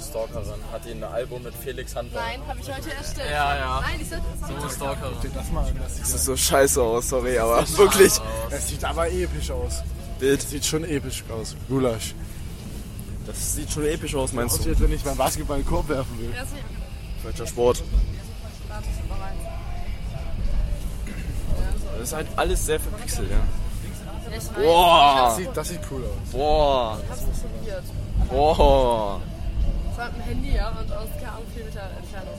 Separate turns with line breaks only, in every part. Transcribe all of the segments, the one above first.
Stalkerin. Hat die ein Album mit Felix Handler?
Nein, habe ich heute erstellt.
Ja, ja.
Nein, ich sollte das
So eine
haben.
Stalkerin.
Das mal, das sieht,
Das sieht so scheiße aus, sorry, aber wirklich.
das sieht aber episch aus.
Bild.
Das sieht schon episch aus. Gulasch.
Das sieht schon episch aus, meinst
Aussieht,
du?
als wenn ich beim Basketball einen Korb werfen will.
Das ist nicht gut.
Falscher Sport.
Da muss ich mal rein.
Das ist halt alles sehr verpixelt, ja.
Ich weiß,
Ah. Das
Boah!
sieht, das sieht cool aus.
Boah!
ich hab's probiert.
Boah!
Das war mit dem Handy, ja, und aus keine Ahnung, vier Meter Entfernung.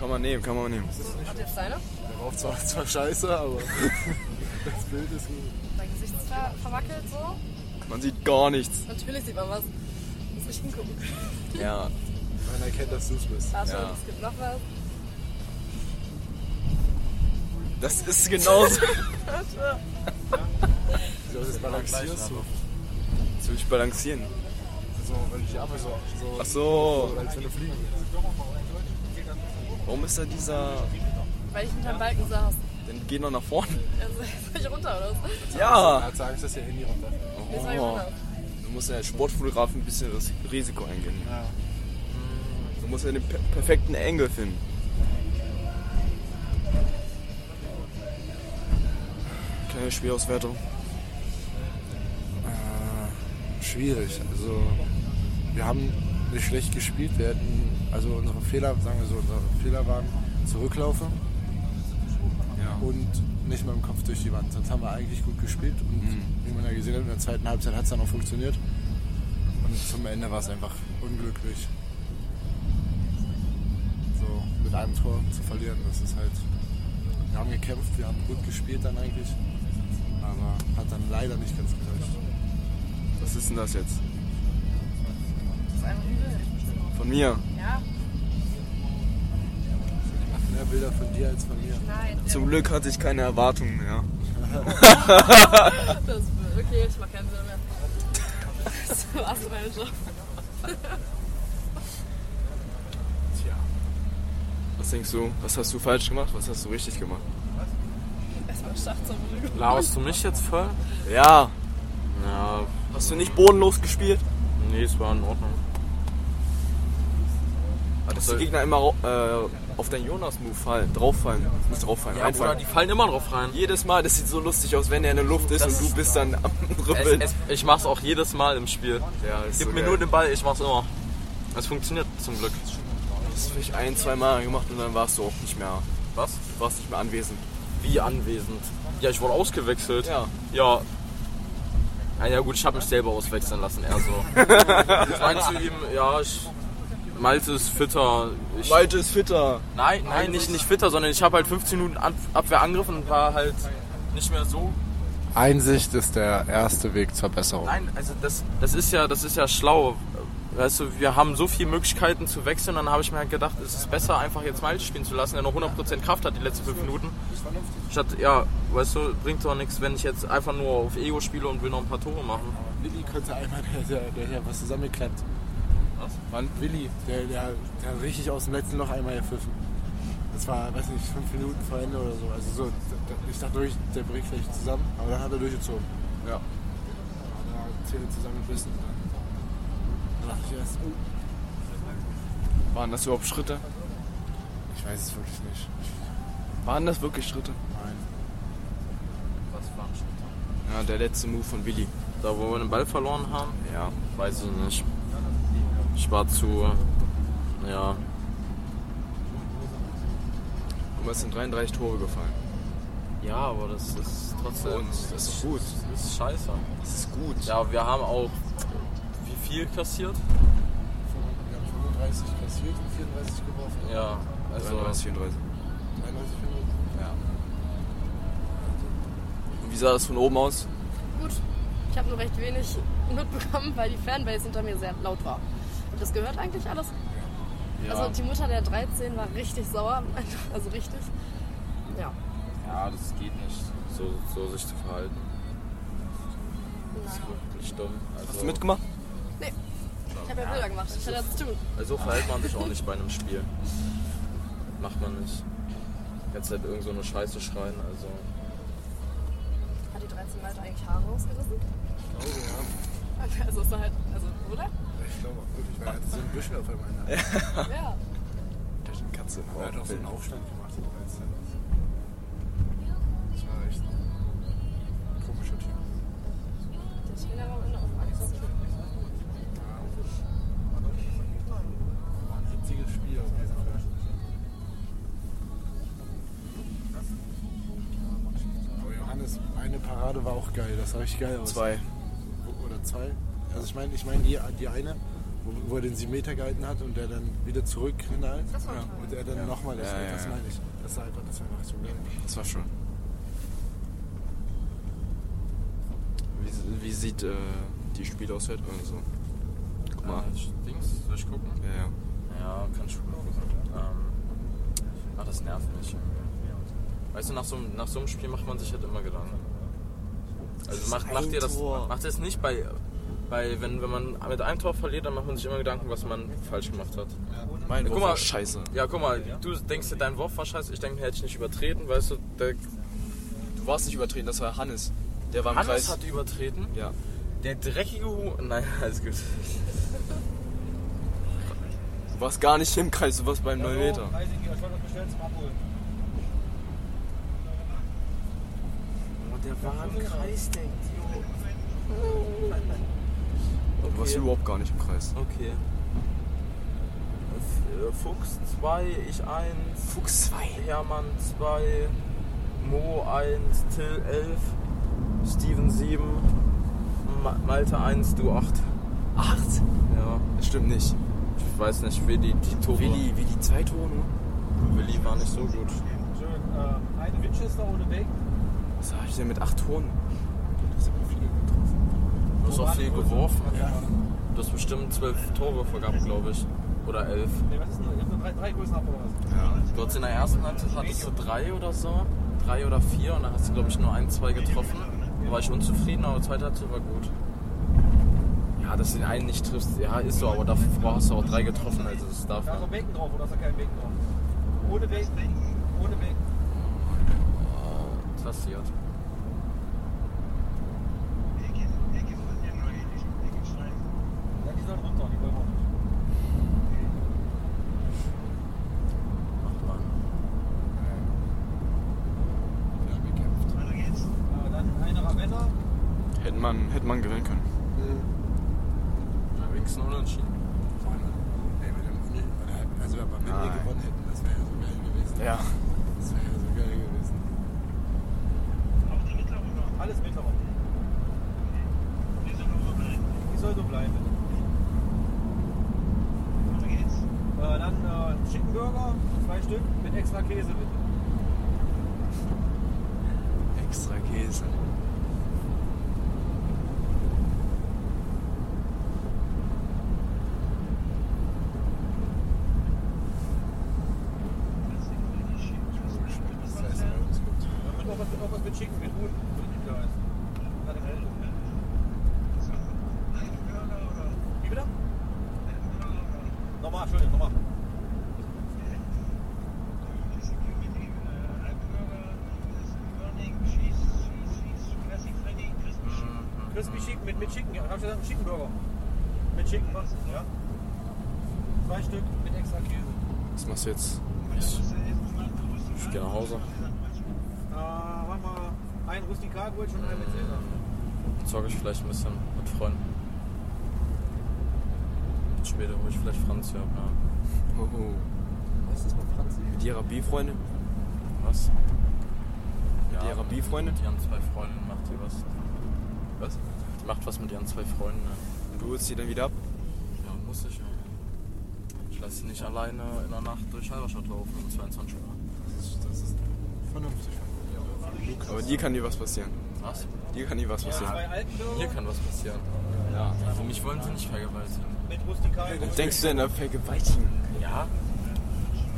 Kann man nehmen, kann man nehmen.
Habt ihr jetzt deine?
Der Rauf zwar, zwar scheiße, aber das Bild ist gut.
Mein Gesicht ist ver verwackelt so.
Man sieht gar nichts.
Natürlich sieht man was. Muss ich hingucken.
Ja.
Man erkennt, dass du es bist.
Achso,
Ja.
es gibt noch was.
Das ist genau genauso.
Du das balancierst so.
Jetzt will ich balancieren.
So, wenn ich ab so, so
Ach so.
als wenn du fliegen willst.
Warum ist da dieser.
Weil ich hinterm Balken saß.
Dann geh noch nach vorne.
Also, soll ich runter oder was?
Ja!
Hat Angst, dass ihr Handy runterfällt.
Nee, soll ich
Oh.
runter?
Du musst ja als Sportfotograf ein bisschen das Risiko eingehen.
Ja.
Du musst ja den per perfekten Angle finden. Kleine Spielauswertung.
Äh, Schwierig. Also, wir haben nicht schlecht gespielt. Wir hätten, also unsere Fehler, sagen wir so, unsere Fehler waren Zurücklaufe
Ja.
und nicht mit dem Kopf durch die Wand. Sonst haben wir eigentlich gut gespielt und wie man ja gesehen hat, in der zweiten Halbzeit hat es dann auch funktioniert. Und zum Ende war es einfach unglücklich. So, mit einem Tor zu verlieren, das ist halt. Wir haben gekämpft, wir haben gut gespielt dann eigentlich. Aber hat dann leider nicht ganz gereicht.
Was ist denn das jetzt?
Das ist einfach übel.
Von mir.
Ja,
Die machen mehr Bilder von dir als von mir.
nein.
Zum Glück hatte ich keine Erwartungen mehr.
Das, okay, ich mach keinen Sinn mehr. So war's meine Job.
Tja.
Was denkst du? Was hast du falsch gemacht? Was hast du richtig gemacht?
Erstmal Schacht zur Beruhigung.
Laberst du mich jetzt voll?
Ja.
Ja,
Hast du nicht bodenlos gespielt?
nee, es war in Ordnung.
Hat das die Gegner immer rau- äh, auf deinen Jonas-Move fallen, drauffallen. Nicht drauffallen,
Ja, Bruder,
reinfallen.
die fallen immer drauf rein.
Jedes Mal, das sieht so lustig aus, wenn er in der Luft ist
Das
und du
ist-
bist dann am
Es,
Rüppeln.
es, ich mach's auch jedes Mal im Spiel.
Ja, ist
Gib
so
mir
geil.
nur den Ball, ich mach's immer. Es funktioniert zum Glück.
Das habe ich ein, zwei Mal gemacht und dann warst du auch nicht mehr,
Was?
du warst nicht mehr anwesend.
Wie anwesend? Ja, ich wurde ausgewechselt.
Ja.
Ja. Na ja, gut, ich habe mich selber auswechseln lassen, eher so. ich meine zu ihm, ja, ich. Malte ist fitter. Ich,
Malte ist fitter.
nein, nein, nicht, nicht fitter, sondern ich habe halt 15 Minuten Ab Abwehrangriff und war halt nicht mehr so.
Einsicht ist der erste Weg zur Besserung.
Nein, also das, das ist ja, das ist ja schlau. Weißt du, wir haben so viele Möglichkeiten zu wechseln, dann habe ich mir halt gedacht, es ist besser, einfach jetzt Malte spielen zu lassen, der noch 100% Kraft hat die letzten 5 Minuten. Statt, ja, weißt du, bringt doch nichts, wenn ich jetzt einfach nur auf Ego spiele und will noch ein paar Tore machen.
Willi könnte einmal, der, der, der hier was zusammengeklappt.
Was?
Wann? Willi, der, der, der hat richtig aus dem letzten Loch einmal gepfiffen. Das war, weiß nicht, fünf Minuten vor Ende oder so. Also so, da- ich dachte wirklich, der bricht gleich zusammen, aber dann hat er durchgezogen.
Ja.
Ja, Zähne zusammengebissen. Dann dachte ich erst, oh,
Waren das überhaupt Schritte?
ich weiß es wirklich nicht.
Waren das wirklich Schritte?
Nein.
Was war ein Schritt?
Ja, der letzte Move von Willi.
Da, wo wir den Ball verloren haben,
Ja.
weiß ich nicht. Ich war zu, ja,
Guck mal, es sind 33 Tore gefallen.
ja, aber das ist trotzdem.
Für uns, das ist gut.
Das ist scheiße.
Das ist gut.
Ja, wir haben auch, wie viel kassiert?
Wir haben 35 kassiert und 34 geworfen.
Ja, also.
33, 34.
33 Minuten.
Und wie sah das von oben aus?
Gut, ich habe nur recht wenig mitbekommen, weil die Fanbase hinter mir sehr laut war. Habt ihr das gehört eigentlich alles?
Ja.
Also die Mutter der 13 war richtig sauer, also richtig. Ja.
Ja, das geht nicht, so, so sich zu verhalten. Das ist wirklich dumm. Also,
Hast du mitgemacht?
Ich habe ja Bilder gemacht, ich hatte das zu tun.
also verhält man sich auch nicht bei einem Spiel. Macht man nicht. Jetzt halt irgend so eine Scheiße schreien, also.
Hat die 13 Malte eigentlich Haare rausgerissen? Also ist er halt, also, oder?
Ich glaube auch wirklich, weil er hat so einen Büschel auf einmal ne? in der Hand.
Ja.
Katze.
Er hat auch so einen Aufstand gemacht. als er- Das war echt ein komischer Typ.
Ich bin aber immer auf dem Achsen.
War ein hitziges Spiel auf jeden Fall. Aber Johannes, eine Parade war auch geil, das sah richtig geil aus.
Zwei.
Oder zwei. Also ich meine, ich meine die, die eine, wo, wo er den 7 Meter gehalten hat und der dann wieder zurückknallt.
Das war toll.
Und er dann nochmal, das,
Ja, ja,
das
ja.
meine ich. Das war einfach, das war einfach so geil.
Das war schon. Wie, wie sieht äh, die Spielauswelt und so? Guck mal.
Äh, Dings, soll ich gucken?
Ja, ja.
Ja, kann ich gucken. Ähm, ah, das nervt mich. Weißt du, nach so, einem- nach so einem Spiel macht man sich halt immer Gedanken. Also
ist
macht,
ein
macht ihr das,
Tor.
macht ihr das nicht bei, bei wenn, wenn man mit einem Tor verliert, dann macht man sich immer Gedanken, was man falsch gemacht hat.
Mein
Guck
Wurf
mal.
war scheiße.
Ja, guck mal, du denkst dir, dein Wurf war scheiße, ich denke, hätte ich nicht übertreten, weißt du, der
Du warst nicht übertreten, das war Hannes. Der war im
Hannes
Kreis.
hat übertreten, Oh,
ja.
der dreckige Hu... Nein, alles gut.
Du warst gar nicht im Kreis, du warst beim 9 Meter.
der war im Kreis, denkt,
Du warst überhaupt gar nicht im Kreis.
Okay. F- äh, Fuchs 2, ich 1,
Fuchs 2.
Hermann 2, Mo 1, Till 11, Steven 7, Ma Malte 1, du 8.
8?
Ja,
Das stimmt nicht.
ich weiß nicht, Willi, die Tore.
Willi, Willi, zwei Tore.
Willi war nicht so gut.
ähm, Eine Winchester ohne Deck.
Was hab ich denn mit 8 Toren?
Du hast auch viel geworfen. Du hast bestimmt 12 Tore vergeben, glaube ich. Oder 11.
Ne, was ist denn? Ich hab nur drei, drei Größen abgelassen.
Du hast in der ersten Halbzeit hattest du drei oder so, drei oder vier und dann hast du glaube ich nur ein, zwei getroffen. Da war ich unzufrieden, aber die zweite Halbzeit war gut. Ja, dass du den einen nicht triffst, ja ist so, aber davor hast du auch drei getroffen, also das darf
Da ist
man.
doch Bacon drauf oder ist da kein Bacon drauf? Ohne Bacon. Ohne Bacon.
Oh.
Das passiert. Hm.
Ja, die sollen runter, die wollen wir nicht.
Ach man.
Aber dann eine Ravenna.
Hätte man, hätte man gewinnen können.
Na, wenigstens unentschieden.
Ey, wenn wir Uni, oder- also wenn wir mit
Nein.
gewonnen hätten, das wäre ja so geil gewesen.
Ah, Ja.
Das wäre ja so geil gewesen.
Alles mittlere. Die soll so bleiben. Äh, dann äh, Chicken Burger, zwei Stück mit extra Käse bitte.
Extra Käse.
Das heißt, bei uns gut.
Und auch was, auch was mit Chicken, mit Huhn. Mit Fleisch. Dann im Elbe. Wie bitte? Nochmal, Entschuldigung, nochmal. Crispy Chicken mit, mit Chicken, ja. Ich hab schon gesagt, Chicken Burger. Mit Chicken, was? Ja. Zwei Stück mit extra Käse.
Was machst du jetzt?
Ich gehe nach Hause.
Äh, machen wir einen Rustikalbrötchen und einen mit Cäsar.
Zocke ich vielleicht ein bisschen mit Freunden. Später hole ich vielleicht Franz hier ab, ja.
Oh,
Was ist mit Franzi?
Mit ihrer B-Freunde?
Was?
Mit ihrer B-Freunde?
Mit ihren zwei Freundinnen macht die was. Was? Die macht was mit ihren zwei Freunden. Ne?
Und du holst sie dann wieder ab?
Ja, muss ich ja. Ich lasse sie nicht alleine in der Nacht durch Halberstadt laufen um 22 Uhr.
Das ist, das ist vernünftig.
Aber dir kann dir was passieren.
Was?
Dir kann dir was
Zwei
passieren.
Hier
Altenburger
kann was passieren.
Ja.
Für mich wollen sie nicht vergewaltigen.
mit Rustikalbrötchen.
Denkst du denn an Vergewaltigen?
Ja?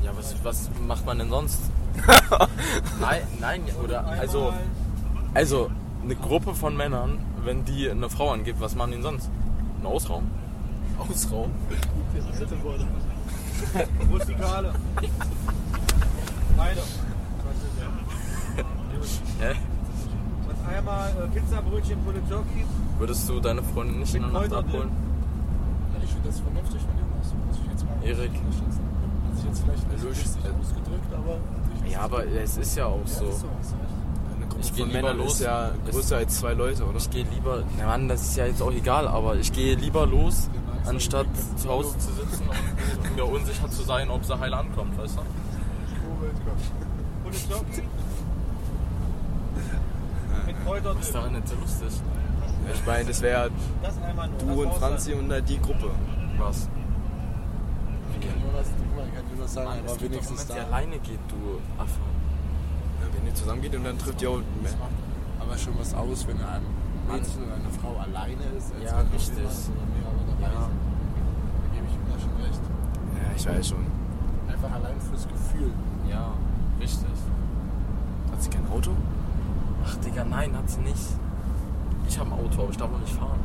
Ja, was, was macht man denn sonst? nein, nein, oder also, also eine Gruppe von Männern, wenn die eine Frau angibt, was machen die denn sonst? Ein Ausraum.
Ausraum?
Rustikale. Eine.
Hä?
Und einmal äh, Pizzabrötchen Pulle Turkey.
Würdest du deine Freundin nicht in der Nacht
Kräuterdip.
abholen?
Ich finde das vernünftig von dir. das muss ich jetzt mal
Erik.
einschätzen. Hat sich jetzt vielleicht nicht so
Lusch,
richtig
äh,
ausgedrückt, aber hat sich
Ja,
das-
aber es ist ja auch so.
ist so. hast du recht.
Eine Gruppe
Ich geh
von
lieber
Männern
los.
ist ja
Ist-
größer als zwei Leute, oder?
Ich gehe lieber, na Mann, das ist ja jetzt auch egal, aber ich gehe lieber los, anstatt zu Hause zu sitzen und mir unsicher zu sein, ob sie heil ankommt, weißt du?
Oh mein Gott.
Gute Socken. Mit Kräuter
Ist
drin.
daran nicht so lustig.
Ich meine, das wäre
Das einmal nur. das
du und
brauchst
Franzi und dann die Gruppe.
Was?
Kann Jonas, guck mal, kann Jonas sagen,
Mann, es
aber
gibt doch
wenigstens
jemand, der
da.
alleine geht, du Affe.
Ja, wenn ihr zusammengeht und dann trifft ihr auch
Das macht aber schon was aus, wenn ein Mädchen oder eine Frau alleine ist. als
Ja,
wenn noch
richtig.
jemand oder mehrere dabei
Ja.
sind. Da gebe ich ihm da schon recht.
Ja, ich weiß schon.
Einfach allein fürs Gefühl.
Ja, richtig.
Hat sie kein Auto?
Ach, Digga, nein, hat sie nicht. Ich habe ein Auto, aber ich darf noch nicht fahren.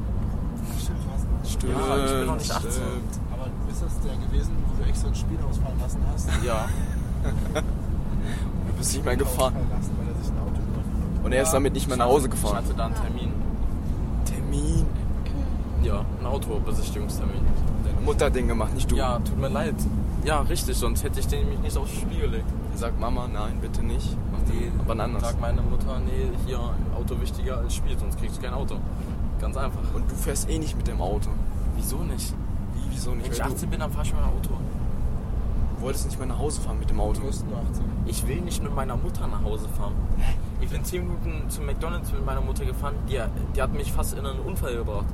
Stimmt, fast.
Stimmt.
Ja, ich bin noch nicht 18.
stimmt.
Aber du bist das der gewesen, wo du extra ein Spiel ausfallen lassen hast?
Ja.
Du bist nicht mehr gefahren.
Ausfallen lassen, weil er sich ein Auto genommen
Und er ist damit nicht mehr nach Hause gefahren.
Ich hatte da einen Termin.
Termin.
Ja, einen Autobesichtigungstermin.
Deine Mutter hat den gemacht, nicht du.
Ja, tut mir leid. Ja, richtig, sonst hätte ich den nämlich nicht aufs Spiel gelegt.
Sag Mama, nein, bitte nicht. Mach den, aber dann anders.
Sagt meine Mutter, nee, hier Auto wichtiger als Spiel, sonst kriegst du kein Auto. Ganz einfach.
Und du fährst eh nicht mit dem Auto.
wieso nicht?
Wie, wieso nicht?
Wenn ich
Weil
18 bin, dann fahre ich mit meinem Auto.
du wolltest nicht mehr nach Hause fahren mit dem
hast.
Auto.
Du bist nur 18.
Ich will nicht mit meiner Mutter nach Hause fahren. Ich bin 10 Minuten zu McDonalds mit meiner Mutter gefahren. Die, die hat mich fast in einen Unfall gebracht.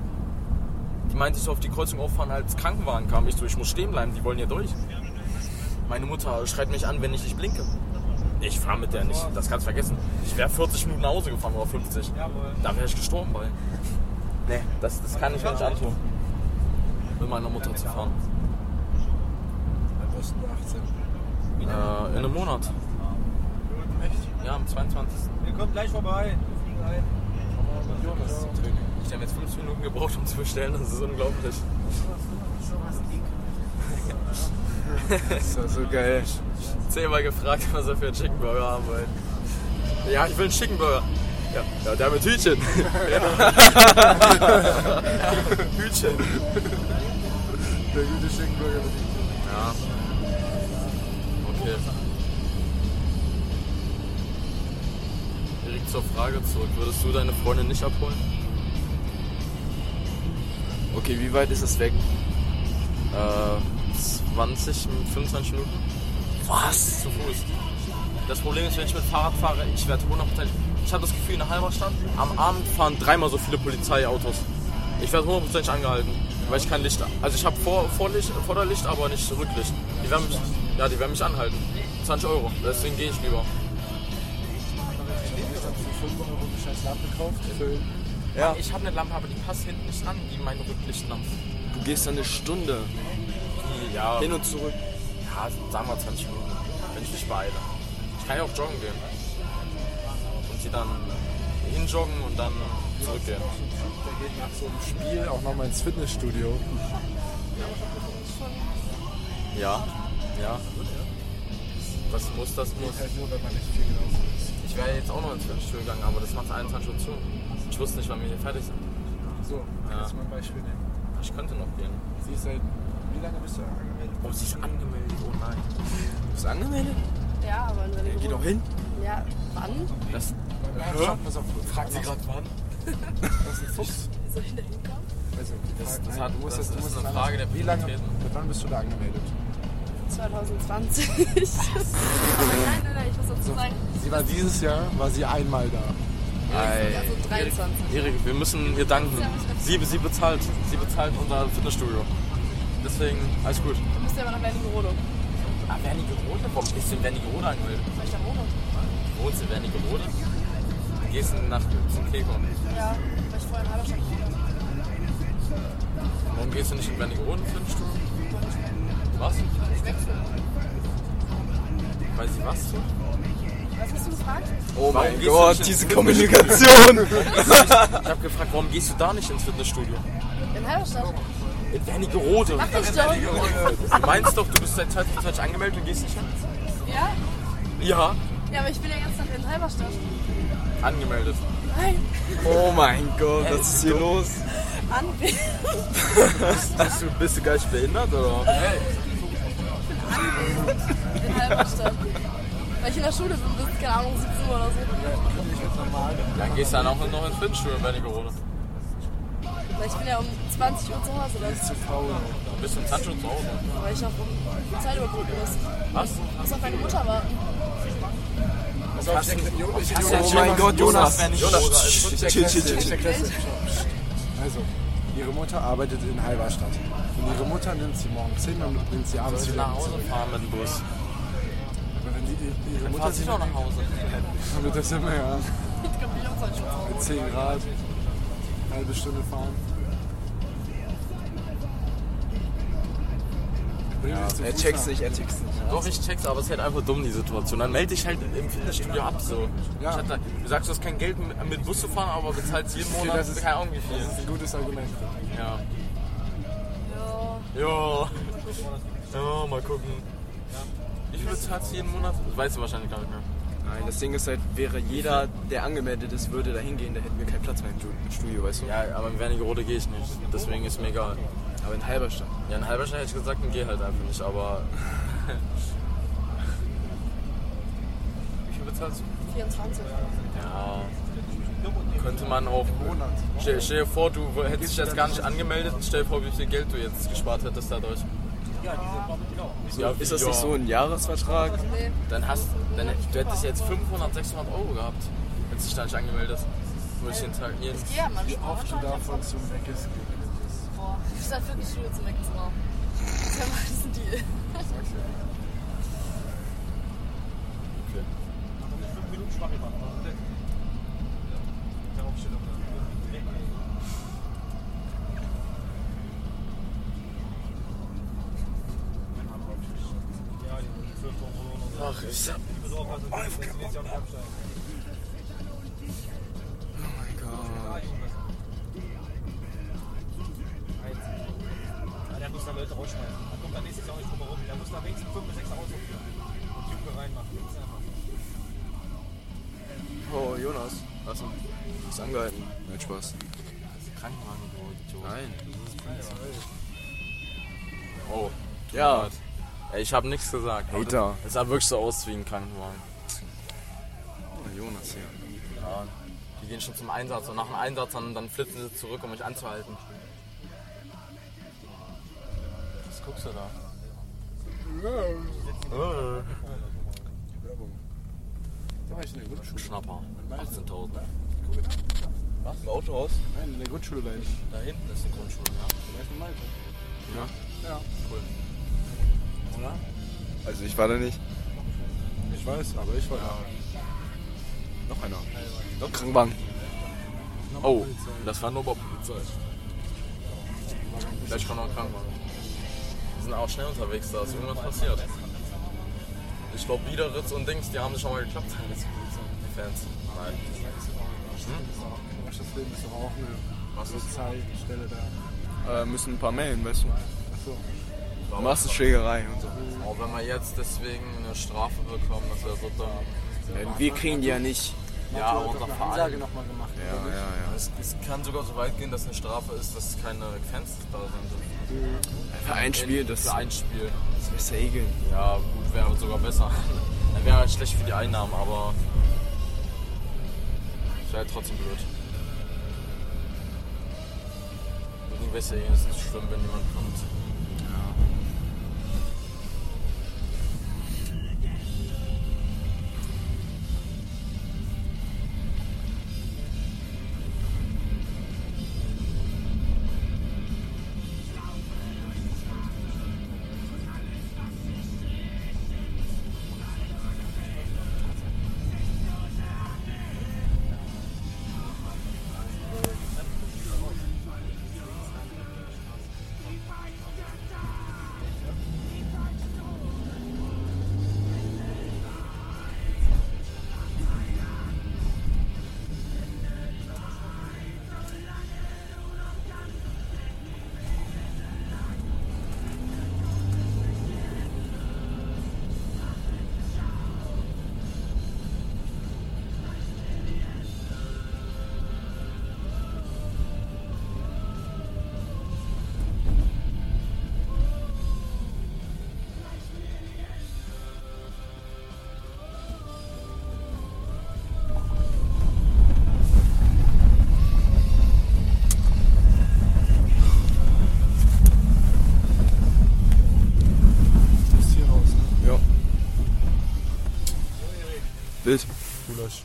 Die meinte, ich soll auf die Kreuzung auffahren, als Krankenwagen kam. Ich so, ich muss stehen bleiben, die wollen hier durch. Meine Mutter schreit mich an, wenn ich nicht blinke. Ich fahre mit der nicht, das kannst du vergessen. Ich wäre 40 Minuten nach Hause gefahren oder 50.
Jawohl.
Da wäre ich gestorben bei. Nee, das, das kann ich mir nicht antun. Mit meiner Mutter zu fahren.
Dann wirst du nur 18.
Äh, in einem Monat.
Echt?
Ja, am 22.
Wir kommen gleich vorbei. Wir fliegen ein.
Jonas zum Training.
Ich habe jetzt 15 Minuten gebraucht, um zu bestellen. Das ist unglaublich.
Das ist ja so geil.
Zehnmal gefragt, was er für einen Chicken Burger haben will. Ja, ich will einen Chicken Burger. Ja, ja der mit Hütchen. Hütchen.
Der gute Schinkenburger mit ihm.
Ja. Okay. Direkt zur Frage zurück. Würdest du deine Freundin nicht abholen?
Okay, wie weit ist es weg?
Äh, 20, 25 Minuten
Was?
zu Fuß. Das Problem ist, wenn ich mit Fahrrad fahre, ich werde hundertprozentig. Ich habe das Gefühl, in der Halberstadt am Abend fahren dreimal so viele Polizeiautos. Ich werde hundertprozentig angehalten, weil ich kein Licht. Also ich habe vor, Vorlicht, Vorderlicht, aber nicht Rücklicht. Die werden mich, ja, die werden mich anhalten. 20 Euro. Deswegen gehe ich lieber.
Ich hab für 5 Euro eine scheiß Lampe gekauft. Für
Ja.
Ich habe eine Lampe, aber die passt hinten nicht an, die meine Rücklichtlampe.
Du gehst dann eine Stunde
Ja,
hin und zurück.
ja, sagen wir 20 Minuten, wenn ich mich beeile. Ich kann ja auch joggen gehen. Und sie dann hinjoggen und dann zurückgehen.
der geht nach so einem Spiel auch nochmal ins Fitnessstudio.
Ja, ja. Was muss, das muss.
Halt nur, wenn man nicht viel gelaufen ist.
Ich wäre jetzt auch noch ins Fitnessstudio gegangen, aber das macht 21 Uhr zu. Ich wusste nicht, wann wir hier fertig sind.
So, kannst du mal ein Beispiel nehmen.
Ich könnte noch gehen.
Sie ist seit. Wie lange bist du angemeldet?
Oh, sie ist angemeldet. Oh nein.
Bist du angemeldet?
Ja, aber in seine
Geh
Geburt-
doch hin.
Ja, wann?
Das,
Ja, schaut, pass auf. Frag sie gerade wann. Das ist ein Fuchs.
Wie soll ich da hinkommen?
Also,
Das-
frag-
das
nein,
hat-
du musst
das
du
ist
musst
eine
anders-
Frage der
Wie lange,
Prioritäten.
mit wann bist du da angemeldet?
2020. nein, nein, nein, ich muss dazu sagen.
Sie war dieses Jahr, war sie einmal da.
Also 23.
Erik, wir müssen ihr danken. Sie, sie bezahlt. Sie bezahlt unser Fitnessstudio. Deswegen, alles gut.
Du bist ja immer noch Wernigerode.
Ah, Wernigerode? Warum ist denn Wernigerode angemeldet?
Soll ich da Rode?
Wohnst du in Wernigerode? Du gehst nach zum Kekon.
Ja, weil ich vorher in Halberstadt gewohnt
Warum gehst du nicht in Wernigerode ins Fitnessstudio? Was?
habe. Ich wechsle.
Weil sie was tut?
Was hast du gefragt?
Oh
Warum
mein
gehst du
Gott,
nicht ins
diese Kommunikation.
Ich habe gefragt, warum gehst du da nicht ins Fitnessstudio?
In Halberstadt.
In Wernigerode.
Mach ich doch.
Du meinst doch, du bist seit 2020 angemeldet und gehst nicht hin?
Ja?
Ja,
Ja, aber ich bin ja jetzt noch in Halberstadt.
angemeldet.
Ja, Nein,
Oh mein Gott, was ist hier los?
Anwählen.
Bist du, bist du geistig behindert oder?
in Halberstadt. Weil ich in der Schule bin bis, keine Ahnung, 17 Uhr oder so.
Dann gehst du dann auch noch ins Fitnessstudio in Wernigerode.
Weil ich bin ja um 20 Uhr zu Hause, dann,
Dann bist du im Zahnschutz zu Hause.
weil ich noch um Zeit überbrücken muss.
Was?
Ich muss auf meine Mutter um warten.
Oh mein Gott, Jonas. Jonas,
Jonas, chill, chill, chill. chill.
Also, ihre Mutter arbeitet in Halberstadt. Und ihre Mutter nimmt sie morgens hin und bringt sie abends
Soll ich
wieder
nach Hause fahren mit dem Bus?
Aber wenn die, die, ihre Mutter
Fahr sie doch nach Hause.
dann wird das immer ja
Ich glaube, ich auch Zeit schon.
10 Grad, halbe Stunde fahren. Ja,
Er checkt's nicht, er checkt's nicht.
Doch, ich check's, aber es ist halt einfach dumm, die Situation. Dann melde dich halt im Fitnessstudio ab, so.
Ja.
Ich hab da, du sagst, du hast kein Geld mit, mit Bus zu fahren, aber bezahlst jeden Monat,
das ist-
keine Ahnung wie viel.
Das ist ein gutes Argument.
Ja.
Ja,
Ja. Ja, mal gucken. Wie viel bezahlst du jeden Monat? Das weißt du wahrscheinlich gar nicht mehr.
Nein, das Ding ist halt, wäre jeder, der angemeldet ist, würde da hingehen, da hätten wir keinen Platz mehr im Ju- im Studio, weißt du?
Ja, aber in Wernigerode gehe ich nicht. Deswegen ist mir egal.
Aber in Halberstadt.
Ja, in Halberstadt hätte ich gesagt, dann geh halt einfach nicht, aber. Wie viel bezahlst du?
24.
Ja. Könnte man auch.
Monat.
Stell, stell dir vor, du hättest dich jetzt gar nicht angemeldet und stell dir vor, wie viel Geld du jetzt gespart hättest dadurch. Ja,
Ist das
ja.
nicht so ein Jahresvertrag?
Nee,
Dann hast dann, du hättest jetzt 500, 600 Euro gehabt, wenn du dich da nicht angemeldet hast. Würde ich jeden Tag jeden.
ich gehe ja manchmal.
Oft du davon zum Weggehen.
Boah, ich stand für die Schule zu wechseln. Das ist ja mal ein Deal.
Okay.
Fünf Minuten Schwachel machen. oder? Der Aufstellung. Ja, die fünf Euro.
Ach, ich hab.
Ich bin so aufpassen, dass wir jetzt ja nicht absteigen. Eins. Ah, der muss da Leute rausschmeißen. Da kommt er nächstes Jahr auch nicht drum herum. Der muss da wenigstens 5 bis 6 ausrufen. Und Jüngere reinmachen. Das ist einfach.
Oh, Jonas,
Was denn?
ist angehalten. Nein, Spaß.
Krankenwagen, du Idiot.
Nein.
Oh.
Ja.
Ey, ich habe nichts gesagt.
Hater.
Es sah wirklich so aus wie ein Krankenwagen.
Oh, Jonas hier.
Ja. Die gehen schon zum Einsatz und nach dem Einsatz dann, dann flitzen sie zurück, um mich anzuhalten. Was guckst du da? Äh.
Da war ich in der Grundschule.
Schnapper. 18.000.
Was? Im Autohaus?
Nein, in der Grundschule da nicht.
Da hinten ist die Grundschule, ja.
Da ist ein Malko.
Oder?
Also ich war da nicht.
Ich weiß, aber ich war da.
Noch einer. Noch Krankenwagen.
Oh, das war nur bei Polizei. Vielleicht kommt noch ein Krankenwagen. Die sind auch schnell unterwegs, da ist irgendwas passiert. Ich glaube, Biederitz und Dings, die haben sich schon mal geklappt. Die Fans. Nein.
Das Leben ist doch auch ne? eine
Was ist?
Zeitstelle da.
Äh, müssen ein paar melden, weißt du.
Achso.
Massenschlägerei und so.
Oh, wenn wir jetzt deswegen eine Strafe bekommen, das wäre so dumm.
Äh, wir kriegen die ja nicht.
Ja, aber unser Verein.
nochmal gemacht.
Ja, ja,
Es, es kann sogar so weit gehen, dass eine Strafe ist, dass keine Fans da sind.
ja. Für ein Spiel, das
Für ein Spiel.
das ist eh Regeln.
Ja, gut, wäre sogar besser. Dann wäre halt schlecht für die Einnahmen, aber. Ist halt trotzdem blöd. Irgendwelche Regeln ist nicht schlimm, wenn jemand kommt.
Bild.
Gulasch.